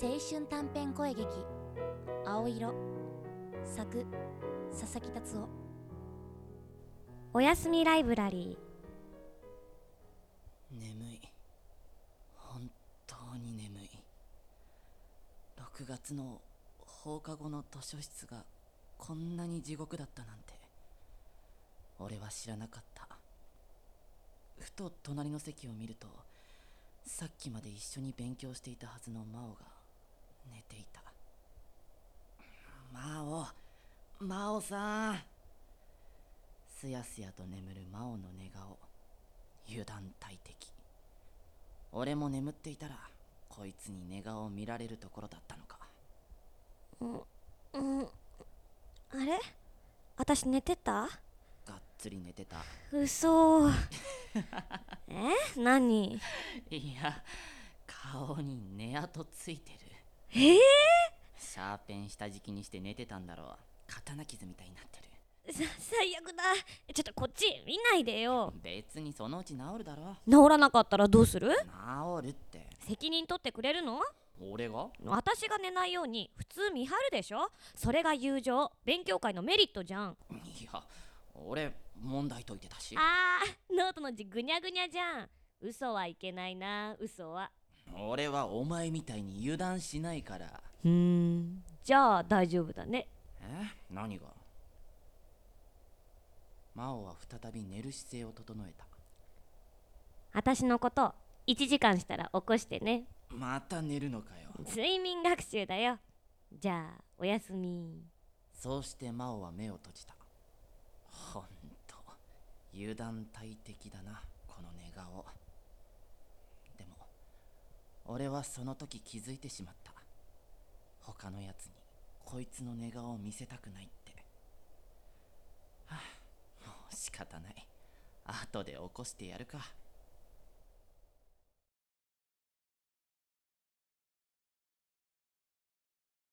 青春短編声劇「青色」作佐々木達夫おやすみライブラリ眠い本当に眠い6月の放課後の図書室がこんなに地獄だったなんて俺は知らなかったふと隣の席を見るとさっきまで一緒に勉強していたはずの真央が寝ていた真央真央さんすやすやと眠る真央の寝顔油断大敵俺も眠っていたらこいつに寝顔を見られるところだったのかーうんあれ私寝てたがっつり寝てた 嘘え何いや顔に寝跡ついてるええシャーペン下敷きにして寝てたんだろう刀傷みたいになってるさ最悪だちょっとこっち見ないでよ別にそのうち治るだろ治らなかったらどうする治るって責任取ってくれるの俺が私が寝ないように普通見張るでしょそれが友情勉強会のメリットじゃんいや俺問題解いてたしあーノートの字ぐにゃぐにゃじゃん嘘はいけないな嘘は俺はお前みたいに油断しないからうーんじゃあ大丈夫だねえ何が真央は再び寝る姿勢を整えた私のこと1時間したら起こしてねまた寝るのかよ睡眠学習だよじゃあおやすみそうして真央は目を閉じたほんと油断大敵だなこの寝顔でも俺はその時気づいてしまった他のやつにこいつの寝顔を見せたくないってはあもう仕方ない後で起こしてやるか